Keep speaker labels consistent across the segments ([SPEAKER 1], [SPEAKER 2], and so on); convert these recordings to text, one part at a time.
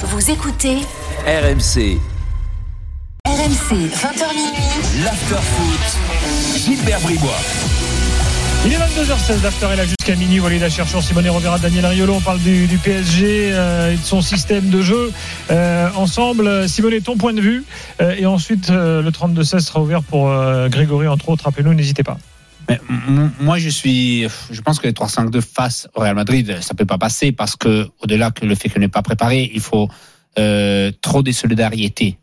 [SPEAKER 1] Vous écoutez
[SPEAKER 2] RMC,
[SPEAKER 1] RMC 20h minuit.
[SPEAKER 2] l'afterfoot, Gilbert Bribois.
[SPEAKER 3] Il est 22h16 d'After et là jusqu'à minuit. Walid chercheur Simone Rovera, Daniel Riolo. On parle du, du PSG euh, et de son système de jeu. Euh, ensemble, Simone, ton point de vue. Euh, et ensuite, euh, le 32-16 sera ouvert pour euh, Grégory, entre autres. Rappelez-nous, n'hésitez pas.
[SPEAKER 4] Mais m- m- moi, je suis, je pense que les 3-5-2 face au Real Madrid, ça peut pas passer parce que, au-delà que le fait qu'on n'est pas préparé, il faut euh, trop de solidarité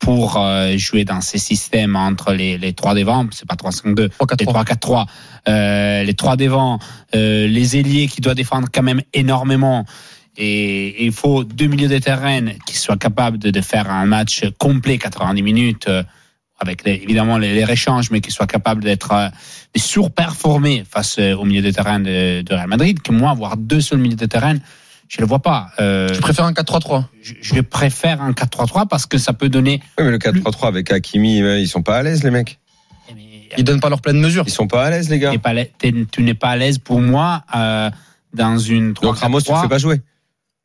[SPEAKER 4] pour euh, jouer dans ces systèmes entre les, les 3 devants, c'est pas 3-5-2, les 3-4-3, euh, les 3 devants, euh, les ailiers qui doivent défendre quand même énormément. Et il faut deux milieux de terrain qui soient capables de, de faire un match complet, 90 minutes, euh, avec les- évidemment les, les réchanges, mais qui soient capables d'être euh, de surperformer face euh, au milieu de terrain de, de Real Madrid, que moi, avoir deux seuls milieux de terrain, je ne le vois pas. Euh,
[SPEAKER 5] Je préfère un 4-3-3.
[SPEAKER 4] je, je préfère un 4-3-3 parce que ça peut donner.
[SPEAKER 6] Oui, mais le 4-3-3 avec Hakimi, ouais, ils sont pas à l'aise, les mecs.
[SPEAKER 5] Ils donnent pas leur pleine mesure.
[SPEAKER 6] Ils sont pas à l'aise, les gars.
[SPEAKER 4] T'es pas à l'aise- t'es- tu n'es pas à l'aise pour moi euh, dans une 3
[SPEAKER 6] Donc Ramos, tu le fais pas jouer.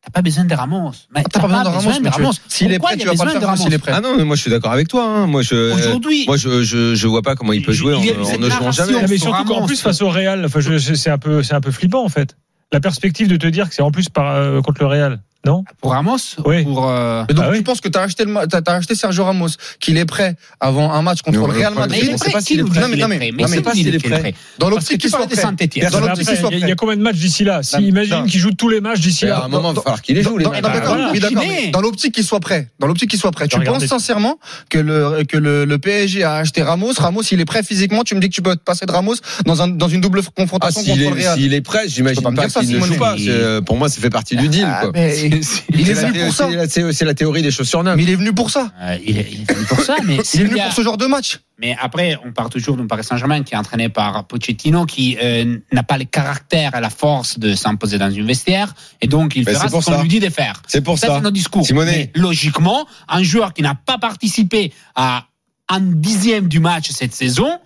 [SPEAKER 4] T'as pas besoin de Ramos. Mais
[SPEAKER 5] Ah, T'as pas besoin de Ramos, mais tu- S'il est
[SPEAKER 4] Pourquoi
[SPEAKER 5] prêt,
[SPEAKER 4] il y
[SPEAKER 5] tu
[SPEAKER 4] a
[SPEAKER 5] vas pas le
[SPEAKER 4] besoin de
[SPEAKER 5] faire
[SPEAKER 4] Ramos
[SPEAKER 5] s'il est prêt.
[SPEAKER 6] Ah non, mais moi je suis d'accord avec toi. hein. Moi, je, euh,
[SPEAKER 4] Aujourd'hui,
[SPEAKER 6] moi je, je, je vois pas comment il peut jouer en,
[SPEAKER 4] Il y a eu
[SPEAKER 6] en
[SPEAKER 4] cette
[SPEAKER 6] ne jouant
[SPEAKER 4] narration.
[SPEAKER 6] jamais.
[SPEAKER 4] Non,
[SPEAKER 3] Ah, mais
[SPEAKER 4] sur
[SPEAKER 3] surtout qu'en
[SPEAKER 4] Ramos,
[SPEAKER 3] plus, face au Real, enfin, je- je- c'est un, peu- c'est un peu flippant, en fait. La perspective de te dire que c'est en plus par, euh, contre le Real. Non
[SPEAKER 4] pour Ramos
[SPEAKER 3] Oui.
[SPEAKER 4] pour, euh,
[SPEAKER 5] Mais donc
[SPEAKER 3] Ah
[SPEAKER 5] tu
[SPEAKER 3] oui.
[SPEAKER 5] penses que t'as acheté, le ma- t'as- t'as acheté Sergio Ramos, qu'il est prêt avant un match contre
[SPEAKER 6] Non,
[SPEAKER 5] le
[SPEAKER 6] le
[SPEAKER 5] Real
[SPEAKER 6] problème,
[SPEAKER 4] Mais il
[SPEAKER 5] Madrid.
[SPEAKER 4] est
[SPEAKER 5] On sait
[SPEAKER 4] prêt,
[SPEAKER 5] pas
[SPEAKER 4] qui
[SPEAKER 5] s'il est
[SPEAKER 4] nous
[SPEAKER 5] prêt.
[SPEAKER 4] dit
[SPEAKER 5] Non mais
[SPEAKER 4] qu'il
[SPEAKER 5] non
[SPEAKER 4] est
[SPEAKER 5] mais
[SPEAKER 4] prêt
[SPEAKER 5] non,
[SPEAKER 4] Mais
[SPEAKER 5] mais
[SPEAKER 4] c'est
[SPEAKER 5] pas
[SPEAKER 4] qui
[SPEAKER 5] s'il
[SPEAKER 4] est
[SPEAKER 5] est prêt.
[SPEAKER 4] prêt
[SPEAKER 5] Dans
[SPEAKER 4] Parce que
[SPEAKER 5] l'optique
[SPEAKER 4] tu
[SPEAKER 5] qu'il soit
[SPEAKER 4] parles de
[SPEAKER 5] prêt.
[SPEAKER 4] Saint-Etienne.
[SPEAKER 5] Dans
[SPEAKER 3] Mais
[SPEAKER 5] l'optique,
[SPEAKER 3] après,
[SPEAKER 5] ils sont
[SPEAKER 3] Il y a- il y a
[SPEAKER 5] prêts.
[SPEAKER 3] combien de matchs d'ici là
[SPEAKER 5] Non, mais-
[SPEAKER 3] Si, imagine
[SPEAKER 5] non.
[SPEAKER 3] qu'il joue tous les matchs d'ici
[SPEAKER 6] Mais à
[SPEAKER 3] là.
[SPEAKER 6] un moment, il va falloir qu'il les joue, les
[SPEAKER 5] Dans-
[SPEAKER 6] mecs.
[SPEAKER 5] dans-
[SPEAKER 3] Ah,
[SPEAKER 5] d'accord,
[SPEAKER 3] voilà.
[SPEAKER 5] oui, d'accord,
[SPEAKER 4] Kiné.
[SPEAKER 5] mais Dans l'optique qu'il soit prêt. Dans l'optique qu'il soit prêt. Tu
[SPEAKER 3] Regardez.
[SPEAKER 5] penses sincèrement que le, que le, le PSG a acheté Ramos. Ramos, il est prêt physiquement. Tu me dis que tu peux te passer de Ramos dans, un, dans une double
[SPEAKER 6] Ah,
[SPEAKER 5] confrontation
[SPEAKER 6] s'il
[SPEAKER 5] contre le
[SPEAKER 6] est,
[SPEAKER 5] Real.
[SPEAKER 6] s'il est prêt,
[SPEAKER 5] Je
[SPEAKER 6] j'imagine
[SPEAKER 5] peux pas me
[SPEAKER 6] pas
[SPEAKER 5] dire ça,
[SPEAKER 6] qu'il ne
[SPEAKER 5] Simone.
[SPEAKER 6] joue pas.
[SPEAKER 4] Il-
[SPEAKER 6] C'est, euh, Pour moi, ça fait partie du deal.
[SPEAKER 5] Ah,
[SPEAKER 6] quoi.
[SPEAKER 4] Euh,
[SPEAKER 5] mais
[SPEAKER 6] C'est
[SPEAKER 5] il est
[SPEAKER 6] la
[SPEAKER 5] venu
[SPEAKER 6] thé-
[SPEAKER 5] pour ça.
[SPEAKER 6] c'est la thé- C'est la théorie des choses sur
[SPEAKER 5] Mais il est venu pour ça.
[SPEAKER 4] Euh, il est il est venu pour ça, mais
[SPEAKER 5] Il est
[SPEAKER 4] s'il
[SPEAKER 5] venu
[SPEAKER 4] y a-
[SPEAKER 5] pour ce genre de match.
[SPEAKER 4] Mais après, on parle toujours d'un Paris Saint-Germain qui est entraîné par Pochettino, qui euh, n'a pas le caractère et la force de s'imposer dans une vestiaire, et donc il
[SPEAKER 6] Mais
[SPEAKER 4] fera
[SPEAKER 6] c'est
[SPEAKER 4] ce
[SPEAKER 6] pour
[SPEAKER 4] qu'on
[SPEAKER 6] ça.
[SPEAKER 4] lui dit de faire.
[SPEAKER 6] C'est pour
[SPEAKER 4] Ça,
[SPEAKER 6] ça.
[SPEAKER 4] c'est notre discours.
[SPEAKER 6] Simonet.
[SPEAKER 4] Mais logiquement, un joueur qui n'a pas participé à un dixième du match cette saison,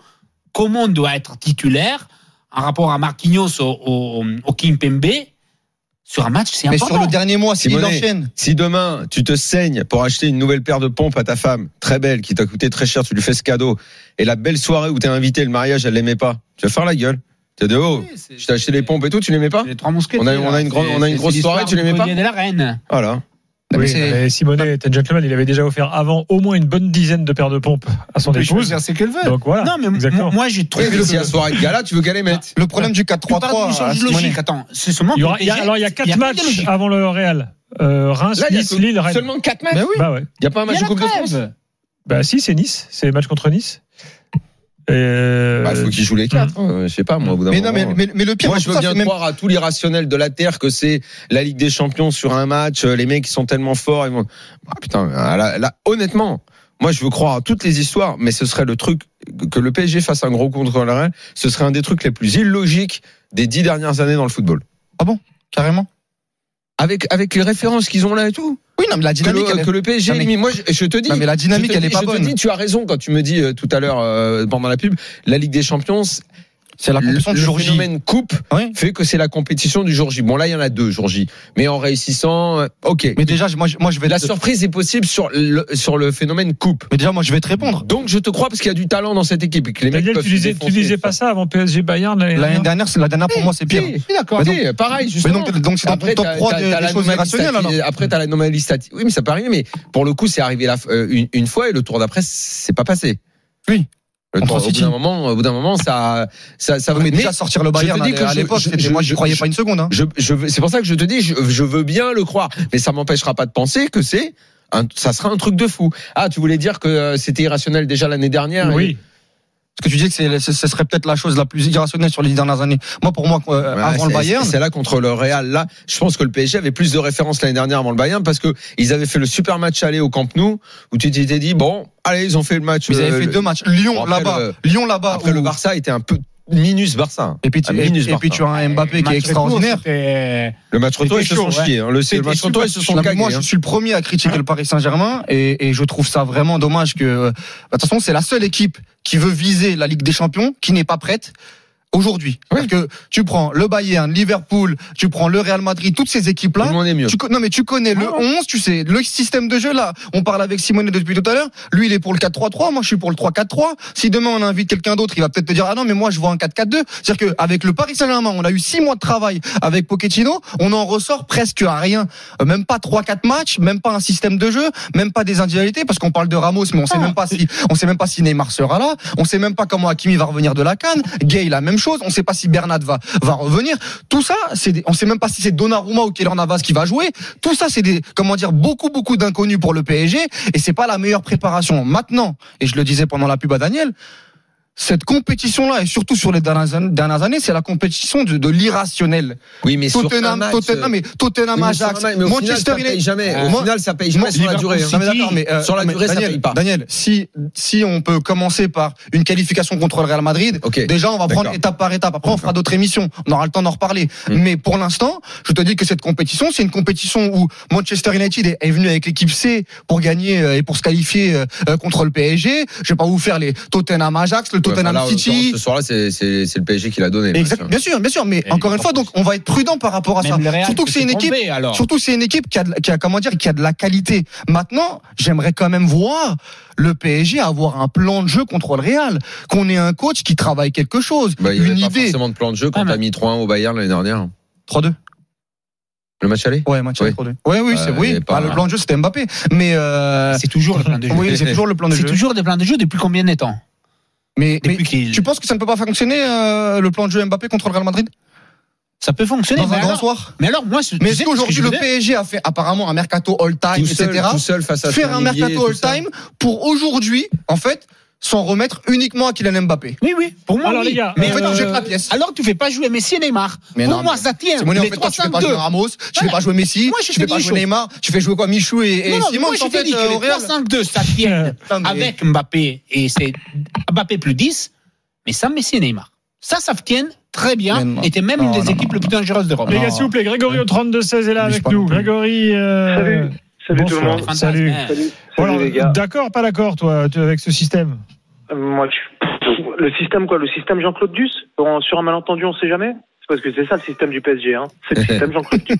[SPEAKER 4] comment doit être titulaire en rapport à Marquinhos au, au, au Kimpembe sur un match, c'est
[SPEAKER 5] Mais
[SPEAKER 4] important.
[SPEAKER 5] sur le dernier mois, s'il
[SPEAKER 6] Simonet.
[SPEAKER 5] enchaîne.
[SPEAKER 6] Si demain tu te saignes pour acheter une nouvelle paire de pompes à ta femme, très belle, qui t'a coûté très cher, tu lui fais ce cadeau, et la belle soirée où t'es invité, le mariage, elle l'aimait pas, tu vas faire la gueule. T'es de haut. Je t'ai acheté les pompes et tout, tu l'aimais pas
[SPEAKER 4] Les trois mousquetaires,
[SPEAKER 6] On a- on a une grande-
[SPEAKER 4] c'est-
[SPEAKER 6] on a une
[SPEAKER 4] c'est
[SPEAKER 6] grosse
[SPEAKER 4] l'histoire
[SPEAKER 6] soirée, tu
[SPEAKER 4] du
[SPEAKER 6] l'aimais pas
[SPEAKER 4] collier de la reine.
[SPEAKER 6] Voilà.
[SPEAKER 5] Non, mais
[SPEAKER 3] Oui,
[SPEAKER 5] c'est-
[SPEAKER 3] mais Simonet était gentleman, il avait déjà offert avant au moins une bonne dizaine de paires de pompes à son
[SPEAKER 4] Mais je peux
[SPEAKER 3] épouse.
[SPEAKER 4] dire ce qu'elle veut.
[SPEAKER 3] Donc voilà.
[SPEAKER 4] Non, mais
[SPEAKER 3] exactement.
[SPEAKER 4] moi, moi, j'ai
[SPEAKER 6] Oui,
[SPEAKER 4] trouvé.
[SPEAKER 6] mais
[SPEAKER 4] que-
[SPEAKER 6] si la soirée de gala, tu veux qu'elle les mette.
[SPEAKER 5] Le problème du
[SPEAKER 4] Tu parles
[SPEAKER 5] 4-3-3,
[SPEAKER 4] d'une
[SPEAKER 5] à
[SPEAKER 4] change
[SPEAKER 5] Simonet.
[SPEAKER 4] logique. Attends, c'est seulement.
[SPEAKER 3] Il y aura-
[SPEAKER 4] que
[SPEAKER 3] il y a- alors, il y a
[SPEAKER 4] il y
[SPEAKER 3] quatre
[SPEAKER 4] a pas de
[SPEAKER 3] matchs
[SPEAKER 4] logique.
[SPEAKER 3] avant le Real. Euh, Reims,
[SPEAKER 6] Là, il y a
[SPEAKER 3] Nice, Lille, Rennes.
[SPEAKER 6] seulement 4 matchs.
[SPEAKER 5] Mais oui.
[SPEAKER 3] Bah ouais.
[SPEAKER 6] Il n'y a pas un
[SPEAKER 4] Il y
[SPEAKER 6] match
[SPEAKER 4] a
[SPEAKER 6] de
[SPEAKER 4] la
[SPEAKER 6] Coupe de
[SPEAKER 4] trêve.
[SPEAKER 6] France.
[SPEAKER 3] Bah si, c'est Nice. C'est match contre Nice. Euh,
[SPEAKER 6] Bah, il faut qu'ils jouent les
[SPEAKER 4] Mmh.
[SPEAKER 6] 4. Je sais pas, moi, au bout d'un
[SPEAKER 5] Mais non, mais,
[SPEAKER 6] moment. euh.
[SPEAKER 5] mais, mais le pire,
[SPEAKER 6] Moi,
[SPEAKER 5] dans
[SPEAKER 6] je
[SPEAKER 5] tout
[SPEAKER 6] veux
[SPEAKER 5] ça,
[SPEAKER 6] bien
[SPEAKER 5] c'est même
[SPEAKER 6] croire à tous les rationnels de la Terre que c'est la Ligue des Champions sur un match, euh, les mecs qui sont tellement forts. Ils vont... Ah, putain, là, là, honnêtement, moi, je veux croire à toutes les histoires, mais ce serait le truc que le PSG fasse un gros contre le Real, ce serait un des trucs les plus illogiques des dix dernières années dans le football.
[SPEAKER 5] carrément.
[SPEAKER 6] Avec, avec les références qu'ils ont là et tout.
[SPEAKER 5] Oui, non, mais la
[SPEAKER 6] Que le,
[SPEAKER 5] dynamique, elle est-
[SPEAKER 6] que le PSG
[SPEAKER 5] Non, mais-
[SPEAKER 6] élimine. Moi, je, je te dis.
[SPEAKER 5] non, mais la dynamique,
[SPEAKER 6] je te
[SPEAKER 5] elle est
[SPEAKER 6] dis-
[SPEAKER 5] pas
[SPEAKER 6] je te
[SPEAKER 5] bonne.
[SPEAKER 6] dis, tu as raison quand tu me dis euh, tout à l'heure euh, pendant la pub, la Ligue des Champions,
[SPEAKER 5] C'est la
[SPEAKER 6] le,
[SPEAKER 5] compétition du
[SPEAKER 6] le
[SPEAKER 5] jour J.
[SPEAKER 6] phénomène coupe
[SPEAKER 5] Oui.
[SPEAKER 6] fait que c'est la compétition du jour J. Bon, là, il y en a deux jour J. Mais en réussissant, euh, ok.
[SPEAKER 5] Mais déjà, je- moi, je- moi, je vais.
[SPEAKER 6] la
[SPEAKER 5] te-
[SPEAKER 6] surprise est possible sur le, sur le phénomène coupe.
[SPEAKER 5] Mais déjà, moi, je vais te répondre.
[SPEAKER 6] Donc, je te crois parce qu'il y a du talent dans cette équipe. et que les mecs
[SPEAKER 3] Daniel,
[SPEAKER 6] peuvent
[SPEAKER 3] tu disais, tu
[SPEAKER 6] défoncer.
[SPEAKER 3] disais pas ça avant PSG Bayern l'année
[SPEAKER 5] L'année
[SPEAKER 3] dernière.
[SPEAKER 5] dernière, c'est la dernière pour moi, c'est pire.
[SPEAKER 6] Si, si, d'accord.
[SPEAKER 5] Mais donc-
[SPEAKER 6] Si, pareil,
[SPEAKER 5] Mais
[SPEAKER 6] justement.
[SPEAKER 5] donc, donc c'est dans ton
[SPEAKER 6] Après,
[SPEAKER 5] top
[SPEAKER 6] t'as-
[SPEAKER 5] 3
[SPEAKER 6] t'as-
[SPEAKER 5] de-
[SPEAKER 6] t'as
[SPEAKER 5] des choses
[SPEAKER 6] l'anomalie
[SPEAKER 5] irrationnelles, alors.
[SPEAKER 6] stati- Après, t'as l'anomalie statique. Oui, mais ça peut arriver, mais pour le coup, c'est arrivé la- euh, une, une fois et le tour d'après, c'est pas passé.
[SPEAKER 5] Oui.
[SPEAKER 6] Le
[SPEAKER 5] Contre
[SPEAKER 6] tour- au bout
[SPEAKER 5] City.
[SPEAKER 6] d'un moment, au bout d'un moment, ça, ça, ça va.
[SPEAKER 5] Mais déjà, sortir le Bayern hein,
[SPEAKER 6] te dis que
[SPEAKER 5] à
[SPEAKER 6] je-
[SPEAKER 5] l'époque,
[SPEAKER 6] je-
[SPEAKER 5] c'était-
[SPEAKER 6] je-
[SPEAKER 5] moi, je
[SPEAKER 6] je-
[SPEAKER 5] croyais
[SPEAKER 6] je-
[SPEAKER 5] pas une seconde. hein.
[SPEAKER 6] Je, je veux- c'est pour ça que je te dis, je, je veux bien le croire, mais ça m'empêchera pas de penser que c'est. un- ça sera un truc de fou. Ah, tu voulais dire que euh, c'était irrationnel déjà l'année dernière. et-
[SPEAKER 3] Oui.
[SPEAKER 5] Parce que tu disais que c'est- ce ce serait peut-être la chose la plus irrationnelle sur les dix dernières années. Moi, pour moi, euh,
[SPEAKER 6] Ouais,
[SPEAKER 5] avant
[SPEAKER 6] c'est-
[SPEAKER 5] le Bayern,
[SPEAKER 6] C'est là contre le Real. Là, je pense que le PSG avait plus de références l'année dernière avant le Bayern parce que ils avaient fait le super match aller au Camp Nou où tu t'étais dit bon, allez, ils ont fait le match.
[SPEAKER 5] ils
[SPEAKER 6] euh,
[SPEAKER 5] avaient fait
[SPEAKER 6] le-
[SPEAKER 5] deux matchs. Lyon,
[SPEAKER 6] après
[SPEAKER 5] là-bas.
[SPEAKER 6] le-
[SPEAKER 5] Lyon, là-bas.
[SPEAKER 6] Après
[SPEAKER 5] où-
[SPEAKER 6] le Barça était un peu minus Barça.
[SPEAKER 5] Et puis, tu,
[SPEAKER 6] Ah,
[SPEAKER 5] et,
[SPEAKER 6] minus
[SPEAKER 5] et puis
[SPEAKER 6] Barça.
[SPEAKER 5] tu as un Mbappé qui est extraordinaire.
[SPEAKER 6] Le match retour, ils se
[SPEAKER 4] C'était
[SPEAKER 6] sont
[SPEAKER 4] chaud,
[SPEAKER 6] chiés. hein. Le,
[SPEAKER 5] C'était
[SPEAKER 6] le match retour, ils se sont
[SPEAKER 5] Non, mais
[SPEAKER 6] cagués.
[SPEAKER 5] Moi,
[SPEAKER 6] hein.
[SPEAKER 5] je suis le premier à critiquer le Paris Saint-Germain et, et je trouve ça vraiment dommage que. euh, bah, De toute façon, c'est la seule équipe qui veut viser la Ligue des Champions qui n'est pas prête. Aujourd'hui,
[SPEAKER 6] Ah
[SPEAKER 5] parce que tu prends le Bayern, Liverpool, tu prends le Real Madrid, toutes ces
[SPEAKER 6] Tout le Ah
[SPEAKER 5] équipes-là,
[SPEAKER 6] monde est mieux.
[SPEAKER 5] Tu co- non mais tu connais le 11, tu sais le système de jeu là. On parle avec Simone depuis tout à l'heure. Lui il est pour le 4-3-3, moi je suis pour le 3-4-3. Si demain on invite quelqu'un d'autre, il va peut-être te dire ah non mais moi je vois un 4-4-2. C'est-à-dire que avec le Paris Saint-Germain, on a eu six mois de travail avec Pochettino, on en ressort presque à rien. Euh, Même pas 3-4 matchs, même pas un système de jeu, même pas des individualités parce qu'on parle de Ramos mais on sait même pas si on sait même pas si Neymar sera là, on sait même pas comment Hakimi va revenir de la canne, Gay la même chose, on sait pas si Bernat va va revenir. Tout ça, c'est des- on sait même pas si c'est Donnarumma ou Keylor Navas qui va jouer. Tout ça, c'est des comment dire beaucoup beaucoup d'inconnus pour le PSG et c'est pas la meilleure préparation. Maintenant, et je le disais pendant la pub à Daniel, cette compétition-là et surtout sur les dernières, an- dernières années, c'est la compétition de, de l'irrationnel.
[SPEAKER 6] Oui, mais sur un
[SPEAKER 5] Tottenham,
[SPEAKER 6] match, euh,
[SPEAKER 5] Tottenham, mais Tottenham,
[SPEAKER 6] Oui, mais sur
[SPEAKER 5] Ajax,
[SPEAKER 6] un match, mais au final,
[SPEAKER 5] Manchester,
[SPEAKER 6] ça
[SPEAKER 5] il est
[SPEAKER 6] paye jamais. Au
[SPEAKER 5] Moi-
[SPEAKER 6] final, ça paye jamais sur la
[SPEAKER 5] Liverpool
[SPEAKER 6] durée. hein.
[SPEAKER 5] Non, mais d'accord, mais, euh,
[SPEAKER 6] Sur la
[SPEAKER 5] non, mais
[SPEAKER 6] durée, ça
[SPEAKER 5] Daniel,
[SPEAKER 6] paye pas.
[SPEAKER 5] Daniel, si, si on peut commencer par une qualification contre le Real Madrid,
[SPEAKER 6] Ok.
[SPEAKER 5] déjà on va prendre
[SPEAKER 6] D'accord. Hmm.
[SPEAKER 5] étape par étape. Après on fera d'autres émissions, on aura le temps d'en reparler. Mais pour l'instant, je te dis que cette compétition, c'est une compétition où Manchester United est- est venu avec l'équipe C pour gagner euh, et pour se qualifier euh, euh, contre le PSG. Je vais pas vous faire les Tottenham Ajax, le
[SPEAKER 6] Ouais,
[SPEAKER 5] Tottenham
[SPEAKER 6] enfin, là, en
[SPEAKER 5] City.
[SPEAKER 6] l'occurrence, Ce soir-là, c'est- c'est c'est le PSG qui l'a donné. bien
[SPEAKER 5] Exact-
[SPEAKER 6] sûr.
[SPEAKER 5] bien sûr, bien sûr, mais
[SPEAKER 4] Et
[SPEAKER 5] encore une
[SPEAKER 4] encore
[SPEAKER 5] fois,
[SPEAKER 4] plus.
[SPEAKER 5] donc on va être prudent par rapport à Ah, ça.
[SPEAKER 4] Même le Real hein.
[SPEAKER 5] Surtout que
[SPEAKER 4] peut
[SPEAKER 5] c'est
[SPEAKER 4] se
[SPEAKER 5] une équipe,
[SPEAKER 4] tromper, alors.
[SPEAKER 5] surtout c'est une équipe qui a, de- qui a comment dire, qui a de la qualité. Maintenant, j'aimerais quand même voir le PSG avoir un plan de jeu contre le Real, qu'on ait un coach qui travaille quelque chose,
[SPEAKER 6] Bah, il n'y
[SPEAKER 5] une
[SPEAKER 6] avait pas
[SPEAKER 5] idée.
[SPEAKER 6] forcément de plan de jeu quand
[SPEAKER 4] Ah, mais-
[SPEAKER 6] t'as mis 3-1 au Bayern l'année dernière.
[SPEAKER 5] 3-2.
[SPEAKER 6] Le match aller
[SPEAKER 5] Ouais, match
[SPEAKER 6] Oui.
[SPEAKER 5] oui. 3-2. Ouais, oui,
[SPEAKER 6] Euh,
[SPEAKER 5] c'est
[SPEAKER 6] il y
[SPEAKER 5] oui.
[SPEAKER 6] avait pas-
[SPEAKER 5] Ah, le plan de jeu c'était Mbappé, mais euh,
[SPEAKER 4] C'est toujours le plan de jeu.
[SPEAKER 5] oui, c'est toujours le plan de
[SPEAKER 4] C'est
[SPEAKER 5] jeu.
[SPEAKER 4] toujours des plans de jeu depuis combien de temps
[SPEAKER 5] Mais, mais
[SPEAKER 4] Depuis qu'il-
[SPEAKER 5] tu penses que ça ne peut pas fonctionner euh, le plan de jeu Mbappé contre le Real Madrid
[SPEAKER 4] Ça peut fonctionner.
[SPEAKER 5] dans
[SPEAKER 4] mais
[SPEAKER 5] un grand
[SPEAKER 4] alors-
[SPEAKER 5] soir
[SPEAKER 4] Mais alors, moi, je-
[SPEAKER 5] Mais
[SPEAKER 4] tu sais ce
[SPEAKER 5] est-ce
[SPEAKER 4] que
[SPEAKER 5] qu'aujourd'hui
[SPEAKER 4] je
[SPEAKER 5] le
[SPEAKER 4] veux dire
[SPEAKER 5] PSG a fait apparemment un mercato all-time,
[SPEAKER 6] tout seul,
[SPEAKER 5] etc.
[SPEAKER 6] tout seul face à
[SPEAKER 5] faire un
[SPEAKER 6] Saint-Dizier,
[SPEAKER 5] mercato
[SPEAKER 6] tout ça.
[SPEAKER 5] all-time pour aujourd'hui, en fait, s'en remettre uniquement à Kylian Mbappé.
[SPEAKER 4] Oui, oui, pour moi,
[SPEAKER 3] Alors,
[SPEAKER 4] oui.
[SPEAKER 3] les gars, euh,
[SPEAKER 5] en fait, on jette la pièce.
[SPEAKER 4] Alors, tu fais pas jouer Messi et Neymar.
[SPEAKER 5] Mais
[SPEAKER 4] pour
[SPEAKER 5] non,
[SPEAKER 4] moi,
[SPEAKER 5] mais-
[SPEAKER 4] ça tient.
[SPEAKER 5] C'est mon en
[SPEAKER 4] Les
[SPEAKER 5] fait, toi, tu fais pas
[SPEAKER 4] 3-5-2.
[SPEAKER 5] jouer Ramos, tu fais
[SPEAKER 4] Voilà.
[SPEAKER 5] pas jouer Messi,
[SPEAKER 4] Moi, je
[SPEAKER 5] tu
[SPEAKER 4] t'ai
[SPEAKER 5] fais pas
[SPEAKER 4] dit,
[SPEAKER 5] jouer
[SPEAKER 4] je-
[SPEAKER 5] Neymar, tu fais jouer quoi Michou et,
[SPEAKER 4] Non,
[SPEAKER 5] et
[SPEAKER 4] non, mais
[SPEAKER 5] Simon
[SPEAKER 4] moi, je
[SPEAKER 5] en
[SPEAKER 4] t'ai
[SPEAKER 5] fait
[SPEAKER 4] dit que
[SPEAKER 5] euh, au
[SPEAKER 4] les
[SPEAKER 5] Real.
[SPEAKER 4] 3-5-2, ça tient
[SPEAKER 5] Non, mais-
[SPEAKER 4] avec Mbappé et c'est Mbappé plus 10, mais sans Messi et Neymar. Ça, ça tient très bien.
[SPEAKER 5] Mais non.
[SPEAKER 4] Et t'es même
[SPEAKER 5] Non,
[SPEAKER 4] une des
[SPEAKER 5] non,
[SPEAKER 4] équipes
[SPEAKER 5] non.
[SPEAKER 4] les plus dangereuses d'Europe.
[SPEAKER 3] Les gars,
[SPEAKER 5] Non.
[SPEAKER 3] s'il vous plaît, Grégory au 32-16 est là
[SPEAKER 5] N'oublie
[SPEAKER 3] avec
[SPEAKER 5] pas non
[SPEAKER 3] nous.
[SPEAKER 5] plus.
[SPEAKER 3] Grégory. euh,
[SPEAKER 7] Salut. Salut
[SPEAKER 3] bonsoir.
[SPEAKER 7] tout le monde.
[SPEAKER 4] Fantasme,
[SPEAKER 3] Salut.
[SPEAKER 4] hein.
[SPEAKER 3] voilà,
[SPEAKER 7] Salut les gars.
[SPEAKER 3] D'accord, pas d'accord, toi, tu- avec ce système
[SPEAKER 7] Euh, Moi, je- Le système quoi Le système Jean-Claude Duss On- Sur un malentendu, on sait jamais C'est parce que c'est ça le système du PSG. Hein. C'est le système Jean-Claude Duss.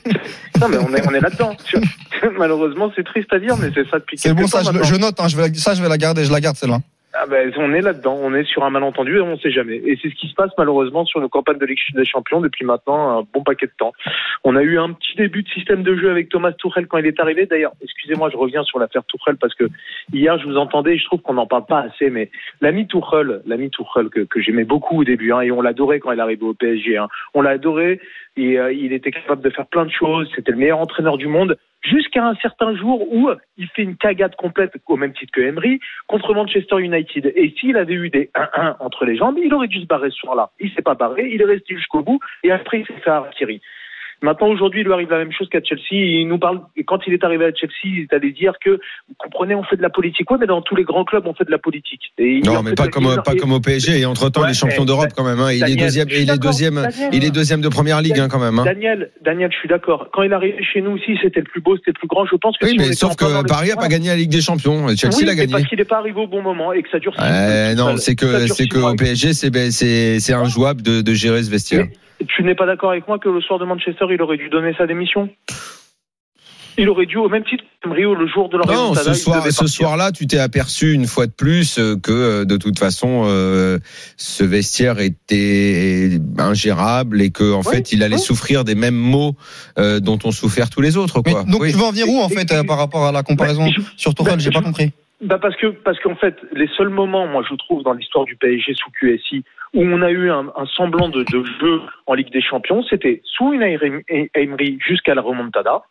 [SPEAKER 7] Non, mais on est, on est là-dedans. tu vois. Malheureusement, c'est triste à dire, mais c'est ça depuis
[SPEAKER 5] C'est
[SPEAKER 7] quelques
[SPEAKER 5] bon, ça,
[SPEAKER 7] temps
[SPEAKER 5] je,
[SPEAKER 7] maintenant.
[SPEAKER 5] je note, hein, je vais la, ça, je vais la garder, je la garde celle-là.
[SPEAKER 7] Ah ben, on est là-dedans. On est sur un malentendu et on sait jamais. Et c'est ce qui se passe malheureusement sur nos campagnes de Ligue des Champions depuis maintenant un bon paquet de temps. On a eu un petit début de système de jeu avec Thomas Tuchel quand il est arrivé. D'ailleurs, excusez-moi, je reviens sur l'affaire Tuchel parce que hier je vous entendais et je trouve qu'on n'en parle pas assez. Mais l'ami Tuchel, l'ami Tuchel que, que j'aimais beaucoup au début hein, et on l'adorait quand il arrivait au PSG. hein. On l'a adoré et euh, il était capable de faire plein de choses. C'était le meilleur entraîneur du monde jusqu'à un certain jour où il fait une cagade complète au même titre que Emery contre Manchester United. Et s'il avait eu des 1-1 entre les jambes, il aurait dû se barrer ce soir-là. Il s'est pas barré, il est resté jusqu'au bout et après il s'est fait harakiri. Maintenant, aujourd'hui, il lui arrive la même chose qu'à Chelsea. Il nous parle, et quand il est arrivé à Chelsea, il est allé dire que, vous comprenez, on fait de la politique. Ouais, mais dans tous les grands clubs, on fait de la politique. Et il
[SPEAKER 6] Non,
[SPEAKER 7] en
[SPEAKER 6] mais
[SPEAKER 7] fait-
[SPEAKER 6] pas
[SPEAKER 7] il
[SPEAKER 6] comme,
[SPEAKER 7] en-
[SPEAKER 6] pas comme au PSG. Et entre-temps,
[SPEAKER 7] Ouais,
[SPEAKER 6] les champions
[SPEAKER 7] mais-
[SPEAKER 6] d'Europe, quand même. hein. Il, est
[SPEAKER 7] Daniel,
[SPEAKER 6] deuxième,
[SPEAKER 7] je
[SPEAKER 6] il,
[SPEAKER 7] suis
[SPEAKER 6] est
[SPEAKER 7] d'accord,
[SPEAKER 6] deuxième,
[SPEAKER 7] Daniel.
[SPEAKER 6] il est deuxième de première ligue, hein, quand même. hein.
[SPEAKER 7] Daniel, Daniel, je suis d'accord. Quand il est arrivé chez nous aussi, c'était le plus beau, c'était le plus grand. Je pense que
[SPEAKER 6] Oui,
[SPEAKER 7] si on
[SPEAKER 6] mais
[SPEAKER 7] était
[SPEAKER 6] sauf
[SPEAKER 7] encore dans
[SPEAKER 6] que
[SPEAKER 7] le
[SPEAKER 6] Paris n'a pas
[SPEAKER 7] tournoi-
[SPEAKER 6] gagné la Ligue des Champions. Chelsea
[SPEAKER 7] Oui,
[SPEAKER 6] l'a
[SPEAKER 7] mais
[SPEAKER 6] gagné.
[SPEAKER 7] parce qu'il n'est pas arrivé au bon moment et que ça dure. six
[SPEAKER 6] Euh,
[SPEAKER 7] mois.
[SPEAKER 6] non,
[SPEAKER 7] Ça-
[SPEAKER 6] c'est
[SPEAKER 7] ça
[SPEAKER 6] que,
[SPEAKER 7] dure
[SPEAKER 6] c'est
[SPEAKER 7] six
[SPEAKER 6] que
[SPEAKER 7] mois.
[SPEAKER 6] au PSG, c'est, ben, c'est, c'est injouable de, de gérer ce vestiaire.
[SPEAKER 7] Tu n'es pas d'accord avec moi que le soir de Manchester, il aurait dû donner sa démission Il aurait dû, au même titre que Rio, le jour de leur
[SPEAKER 6] Non,
[SPEAKER 7] résultat,
[SPEAKER 6] ce
[SPEAKER 7] il
[SPEAKER 6] soir,
[SPEAKER 7] devait
[SPEAKER 6] ce
[SPEAKER 7] partir.
[SPEAKER 6] soir-là, tu t'es aperçu une fois de plus euh, que euh, de toute façon, euh, ce vestiaire était euh, ingérable et que en
[SPEAKER 7] Oui,
[SPEAKER 6] fait, il allait
[SPEAKER 7] oui.
[SPEAKER 6] souffrir des mêmes maux euh, dont ont souffert tous les autres,
[SPEAKER 5] Mais
[SPEAKER 6] quoi.
[SPEAKER 5] donc
[SPEAKER 6] Oui.
[SPEAKER 5] tu veux en venir où en fait euh, par rapport à la comparaison
[SPEAKER 7] Bah, je-
[SPEAKER 5] sur Tuchel,
[SPEAKER 7] bah,
[SPEAKER 5] j'ai pas
[SPEAKER 7] je-
[SPEAKER 5] compris.
[SPEAKER 7] Bah parce que parce qu'en fait, les seuls moments, moi je trouve, dans l'histoire du PSG sous QSI, où on a eu un, un semblant de, de jeu en Ligue des Champions, c'était sous une Emery jusqu'à la remontada,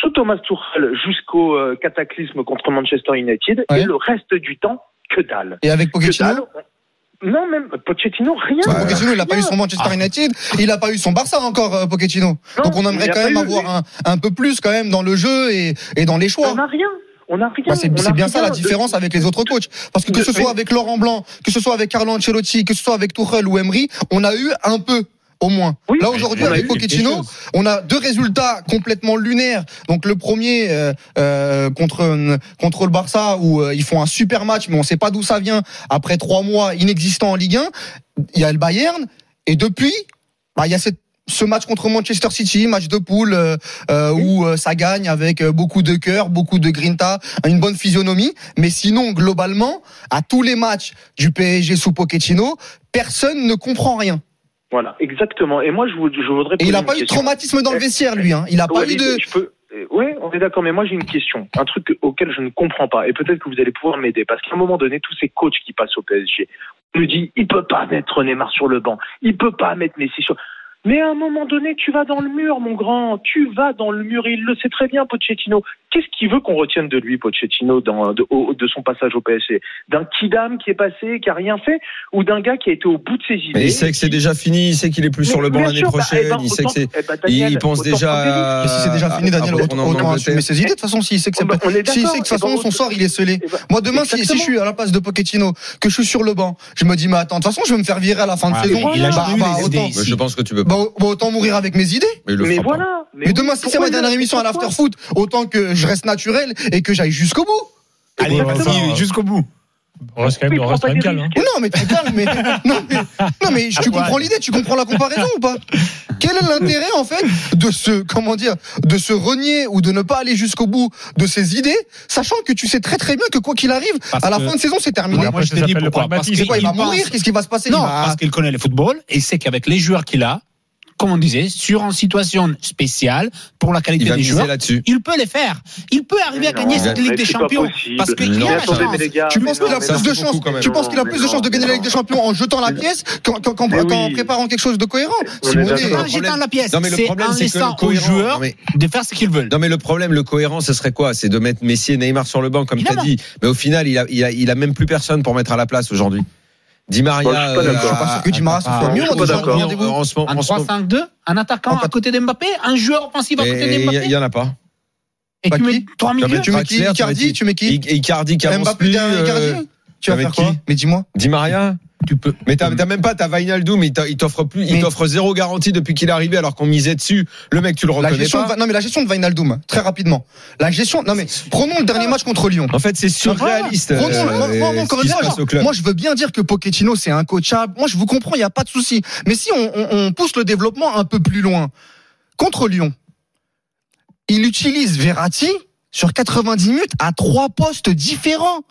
[SPEAKER 7] sous Thomas Tuchel jusqu'au euh, cataclysme contre Manchester United,
[SPEAKER 5] Ouais.
[SPEAKER 7] et le reste du temps, que dalle.
[SPEAKER 5] Et avec
[SPEAKER 7] Que dalle.
[SPEAKER 5] Pochettino,
[SPEAKER 7] Non, même Pochettino, rien.
[SPEAKER 6] Ouais.
[SPEAKER 5] Pochettino, il n'a pas eu son Manchester United, il n'a pas eu son Barça encore, euh, Pochettino.
[SPEAKER 7] Non,
[SPEAKER 5] Donc on
[SPEAKER 7] il
[SPEAKER 5] aimerait
[SPEAKER 7] a
[SPEAKER 5] quand
[SPEAKER 7] pas
[SPEAKER 5] même
[SPEAKER 7] eu-
[SPEAKER 5] avoir un, un peu plus quand même dans le jeu et, et dans les choix.
[SPEAKER 7] On n'a rien. On n'a rien.
[SPEAKER 5] Bah, c'est
[SPEAKER 7] On
[SPEAKER 5] c'est
[SPEAKER 7] n'a
[SPEAKER 5] bien ça la
[SPEAKER 7] rien de-
[SPEAKER 5] différence avec les autres coachs. Parce que que ce
[SPEAKER 7] de-
[SPEAKER 5] soit avec Laurent Blanc, que ce soit avec Carlo Ancelotti, que ce soit avec Tuchel ou Emery, on a eu un peu. Au moins.
[SPEAKER 7] Oui.
[SPEAKER 5] Là aujourd'hui
[SPEAKER 6] On a
[SPEAKER 5] avec
[SPEAKER 6] eu quelque
[SPEAKER 5] Pochettino,
[SPEAKER 6] chose.
[SPEAKER 5] on a deux résultats complètement lunaires. Donc le premier euh, euh, contre euh, contre le Barça où euh, ils font un super match, mais on sait pas d'où ça vient. Après trois mois inexistants en Ligue 1, il y a le Bayern et depuis, bah, il y a cette- ce match contre Manchester City, match de poule euh, euh, où euh, ça gagne avec euh, beaucoup de cœur, beaucoup de grinta, une bonne physionomie. Mais sinon, globalement, à tous les matchs du PSG sous Pochettino, personne ne comprend rien.
[SPEAKER 7] Voilà, exactement. Et moi, je, vous, je voudrais.
[SPEAKER 5] Et il
[SPEAKER 7] poser
[SPEAKER 5] n'a
[SPEAKER 7] une
[SPEAKER 5] pas eu de
[SPEAKER 7] question.
[SPEAKER 5] traumatisme dans le vestiaire, lui. Hein. Il n'a pas eu
[SPEAKER 7] Walid,
[SPEAKER 5] de...
[SPEAKER 7] je peux- euh, Ouais, on est d'accord, mais moi j'ai une question, un truc auquel je ne comprends pas, et peut-être que vous allez pouvoir m'aider, parce qu'à un moment donné, tous ces coachs qui passent au PSG, on nous dit, il peut pas mettre Neymar sur le banc, il peut pas mettre Messi sur. Mais à un moment donné, tu vas dans le mur, mon grand, tu vas dans le mur, il le sait très bien, Pochettino. Qu'est-ce qu'il veut qu'on retienne de lui, Pochettino, dans, de, au- de son passage au PSG D'un Kidam qui est passé, qui a rien fait, ou d'un gars qui a été au bout de ses idées
[SPEAKER 6] Mais il sait que c'est déjà fini, il sait qu'il est plus sur le banc
[SPEAKER 7] Bien
[SPEAKER 6] l'année
[SPEAKER 7] sûr, bah,
[SPEAKER 6] prochaine,
[SPEAKER 7] eh ben,
[SPEAKER 6] il sait que
[SPEAKER 7] autant-
[SPEAKER 6] c'est.
[SPEAKER 7] eh ben,
[SPEAKER 6] Il
[SPEAKER 7] Daniel,
[SPEAKER 6] il pense
[SPEAKER 7] autant
[SPEAKER 6] déjà.
[SPEAKER 5] Mais Ah, si c'est
[SPEAKER 7] Euh,
[SPEAKER 5] déjà fini,
[SPEAKER 7] ah
[SPEAKER 5] Daniel,
[SPEAKER 6] à- à-
[SPEAKER 5] autant,
[SPEAKER 6] en
[SPEAKER 5] autant
[SPEAKER 6] Angleterre.
[SPEAKER 5] assumer ses idées. De toute façon, s'il sait que c'est
[SPEAKER 7] Oh, bah,
[SPEAKER 5] pas...
[SPEAKER 7] on est
[SPEAKER 5] s'il
[SPEAKER 7] d'accord.
[SPEAKER 5] sait que de toute façon,
[SPEAKER 7] Et bah,
[SPEAKER 5] son sort, il est scellé.
[SPEAKER 7] Eh ben,
[SPEAKER 5] Moi, demain, si, si
[SPEAKER 7] exactement.
[SPEAKER 5] je suis à la place de Pochettino, que je suis sur le banc, je me dis, mais attends, de toute façon, je vais me faire virer à la fin de
[SPEAKER 4] Ah,
[SPEAKER 5] saison.
[SPEAKER 4] mais il a
[SPEAKER 5] Bah,
[SPEAKER 4] jamais eu
[SPEAKER 5] bah,
[SPEAKER 4] les idées
[SPEAKER 5] autant,
[SPEAKER 4] ici.
[SPEAKER 6] Mais Je pense que tu peux pas.
[SPEAKER 5] bah, bah, autant mourir avec mes idées.
[SPEAKER 6] Mais il le
[SPEAKER 7] Mais
[SPEAKER 6] fera pas.
[SPEAKER 7] voilà.
[SPEAKER 5] Mais, demain, si c'est ma dernière émission à l'After Foot, autant que je reste naturel et que j'aille jusqu'au bout.
[SPEAKER 4] Allez,
[SPEAKER 3] Exactement.
[SPEAKER 4] vas-y, jusqu'au bout.
[SPEAKER 3] On reste quand même, on reste quand même calme. hein.
[SPEAKER 5] Mais non, mais t'es calme, mais. Non, mais, non, mais tu comprends l'idée, tu comprends la comparaison ou pas Quel est l'intérêt, en fait, de se, comment dire, de se renier ou de ne pas aller jusqu'au bout de ses idées, sachant que tu sais très très bien que quoi qu'il arrive,
[SPEAKER 4] Parce
[SPEAKER 5] à la
[SPEAKER 4] que-
[SPEAKER 5] fin de saison, c'est terminé.
[SPEAKER 3] Ouais,
[SPEAKER 4] Moi, je
[SPEAKER 3] ça
[SPEAKER 4] te dis
[SPEAKER 3] s'appelle le
[SPEAKER 4] pourquoi. Parce
[SPEAKER 3] pragmatisme.
[SPEAKER 4] qu'il
[SPEAKER 5] C'est quoi, il va
[SPEAKER 4] pense-
[SPEAKER 5] mourir Qu'est-ce qui va se passer
[SPEAKER 4] Non,
[SPEAKER 5] Il va-
[SPEAKER 4] parce qu'il connaît le football et sait qu'avec les joueurs qu'il a, comme on disait, sur une situation spéciale pour la qualité
[SPEAKER 6] Il va
[SPEAKER 4] des
[SPEAKER 6] miser
[SPEAKER 4] joueurs,
[SPEAKER 6] là-dessus.
[SPEAKER 4] il peut les faire. Il peut arriver à
[SPEAKER 7] Mais
[SPEAKER 4] gagner
[SPEAKER 7] non,
[SPEAKER 4] cette
[SPEAKER 7] mais
[SPEAKER 4] Ligue des
[SPEAKER 7] c'est pas
[SPEAKER 4] Champions
[SPEAKER 7] possible.
[SPEAKER 4] parce qu'il
[SPEAKER 6] Mais
[SPEAKER 4] y
[SPEAKER 6] non,
[SPEAKER 4] a la
[SPEAKER 6] attendez,
[SPEAKER 4] chance.
[SPEAKER 6] mais les
[SPEAKER 7] Ah,
[SPEAKER 5] tu penses qu'il a
[SPEAKER 6] mais non,
[SPEAKER 5] plus de
[SPEAKER 6] c'est
[SPEAKER 5] chance
[SPEAKER 6] beaucoup quand même. hein.
[SPEAKER 5] Tu penses qu'il a
[SPEAKER 7] Mais
[SPEAKER 5] plus de
[SPEAKER 7] non,
[SPEAKER 5] chance de gagner la
[SPEAKER 7] mais
[SPEAKER 5] Ligue des Champions en jetant la pièce qu'en qu'en- qu'en-
[SPEAKER 7] Mais oui.
[SPEAKER 5] qu'en préparant quelque chose de cohérent
[SPEAKER 7] On est
[SPEAKER 5] Simonet,
[SPEAKER 6] d'accord.
[SPEAKER 4] C'est pas
[SPEAKER 6] Le
[SPEAKER 4] en
[SPEAKER 6] problème-
[SPEAKER 4] jetant la pièce,
[SPEAKER 6] Non, mais le
[SPEAKER 4] c'est
[SPEAKER 6] problème,
[SPEAKER 4] en
[SPEAKER 6] c'est que le
[SPEAKER 4] laissant aux
[SPEAKER 6] cohérent-
[SPEAKER 4] joueurs
[SPEAKER 6] Non, mais-
[SPEAKER 4] de faire ce qu'ils veulent.
[SPEAKER 6] Non mais le problème, le cohérent, ce serait quoi C'est de mettre Messi et Neymar sur le banc, comme tu as
[SPEAKER 4] Évidemment.
[SPEAKER 6] dit. Mais au final, il a, il a, il a même plus personne pour mettre à la place aujourd'hui. Di Maria.
[SPEAKER 7] Moi, je suis pas
[SPEAKER 6] euh,
[SPEAKER 7] d'accord.
[SPEAKER 5] Je suis pas sûr que Di Maria se
[SPEAKER 4] Ah,
[SPEAKER 5] soit mieux
[SPEAKER 7] je suis
[SPEAKER 5] en
[SPEAKER 7] pas
[SPEAKER 5] disant,
[SPEAKER 7] d'accord.
[SPEAKER 5] rendez-vous.
[SPEAKER 6] en ce moment,
[SPEAKER 4] Un
[SPEAKER 6] en ce moment.
[SPEAKER 4] 3-5-2, un attaquant à côté d'Mbappé, un joueur offensif à côté
[SPEAKER 6] Et il y a- il
[SPEAKER 4] d'Mbappé,
[SPEAKER 6] y en a pas.
[SPEAKER 4] et tu
[SPEAKER 5] Bah,
[SPEAKER 4] mets
[SPEAKER 5] qui
[SPEAKER 4] trois
[SPEAKER 6] ah,
[SPEAKER 4] milieux.
[SPEAKER 5] Tu mets qui
[SPEAKER 6] Draxler,
[SPEAKER 5] Icardi Tu mets qui
[SPEAKER 6] Et Icardi qui avance
[SPEAKER 5] Mbappé
[SPEAKER 6] plus,
[SPEAKER 5] derrière
[SPEAKER 6] euh,
[SPEAKER 5] Icardi hein. Tu vas
[SPEAKER 6] avec
[SPEAKER 5] faire quoi
[SPEAKER 6] qui
[SPEAKER 5] Mais dis-moi.
[SPEAKER 6] Di Maria.
[SPEAKER 4] Tu peux.
[SPEAKER 6] Mais t'as t'as même pas, t'as Vainaldoum, mais il t'offre plus, il
[SPEAKER 5] Mais-
[SPEAKER 6] t'offre zéro garantie depuis qu'il est arrivé alors qu'on misait dessus. Le mec, tu le
[SPEAKER 5] La
[SPEAKER 6] reconnais
[SPEAKER 5] gestion, de,
[SPEAKER 6] pas.
[SPEAKER 5] Va- non mais la gestion de Wijnaldum, très rapidement. La gestion, non mais prenons le dernier match contre Lyon.
[SPEAKER 6] En fait, c'est surréaliste.
[SPEAKER 5] Prenons,
[SPEAKER 6] euh,
[SPEAKER 5] moi- moi- moi,
[SPEAKER 6] ce
[SPEAKER 5] encore
[SPEAKER 6] qui
[SPEAKER 5] une
[SPEAKER 6] se
[SPEAKER 5] fois,
[SPEAKER 6] passe au club.
[SPEAKER 5] moi je veux bien dire que Pochettino c'est un coachable. Moi je vous comprends, il y a pas de souci. Mais si on, on- on pousse le développement un peu plus loin, contre Lyon, il utilise Verratti sur 90 minutes à trois postes différents.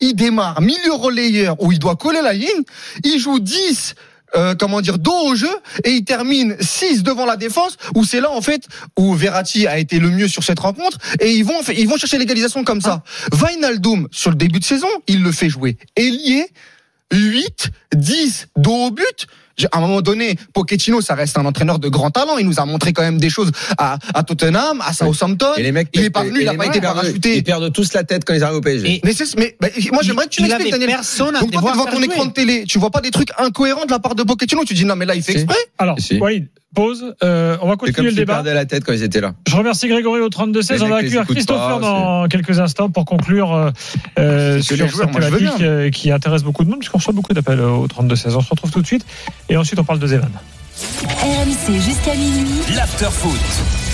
[SPEAKER 5] Il démarre milieu relayeur où il doit coller la ligne. Il joue 10 euh, comment dire, dos au jeu et il termine 6 devant la défense où c'est là en fait où Verratti a été le mieux sur cette rencontre et ils vont en fait- ils vont chercher l'égalisation comme ça.
[SPEAKER 6] Ah.
[SPEAKER 5] Vinaldoom sur le début de saison, il le fait jouer ailier 8 10 dos au but. J'ai- À un moment donné, Pochettino, ça reste un entraîneur de grand talent. Il nous a montré quand même des choses à, à Tottenham, à Southampton.
[SPEAKER 6] Et les mecs,
[SPEAKER 5] il est pas venu,
[SPEAKER 6] et
[SPEAKER 5] il a
[SPEAKER 6] les
[SPEAKER 5] pas
[SPEAKER 6] mecs
[SPEAKER 5] été
[SPEAKER 6] perdent-
[SPEAKER 5] parachuté.
[SPEAKER 6] Ils perdent tous la tête quand ils arrivent au PSG.
[SPEAKER 4] Et-
[SPEAKER 5] Mais, c'est- mais bah, moi, j'aimerais que tu
[SPEAKER 4] Il
[SPEAKER 5] m'expliques,
[SPEAKER 4] avait
[SPEAKER 5] Daniel.
[SPEAKER 4] personne à
[SPEAKER 5] Donc toi, t'es
[SPEAKER 4] devoir
[SPEAKER 5] devant
[SPEAKER 4] faire
[SPEAKER 5] ton
[SPEAKER 4] jouer.
[SPEAKER 5] écran de télé, tu vois pas des trucs incohérents de la part de Pochettino, tu dis non mais là il fait
[SPEAKER 6] Si.
[SPEAKER 5] exprès.
[SPEAKER 3] Alors,
[SPEAKER 6] Si.
[SPEAKER 3] Walid, pause. Euh, on va
[SPEAKER 6] C'est
[SPEAKER 3] continuer
[SPEAKER 6] comme
[SPEAKER 3] le
[SPEAKER 6] s'ils
[SPEAKER 3] débat.
[SPEAKER 6] perdaient la tête quand ils étaient là.
[SPEAKER 3] Je remercie Grégory au 32-16.
[SPEAKER 6] Les
[SPEAKER 3] On va
[SPEAKER 6] mecs les
[SPEAKER 3] accueillir
[SPEAKER 6] écoutent
[SPEAKER 3] Christopher
[SPEAKER 6] pas,
[SPEAKER 3] dans quelques instants pour conclure euh, euh,
[SPEAKER 5] C'est que
[SPEAKER 3] sur
[SPEAKER 5] les joueurs,
[SPEAKER 3] cette
[SPEAKER 5] moi, je veux
[SPEAKER 3] thématique euh, qui intéresse beaucoup de monde, puisqu'on reçoit beaucoup d'appels euh, au 32-16. On se retrouve tout de suite et ensuite on parle de Zéman.
[SPEAKER 1] RMC jusqu'à minuit.
[SPEAKER 2] L'after foot.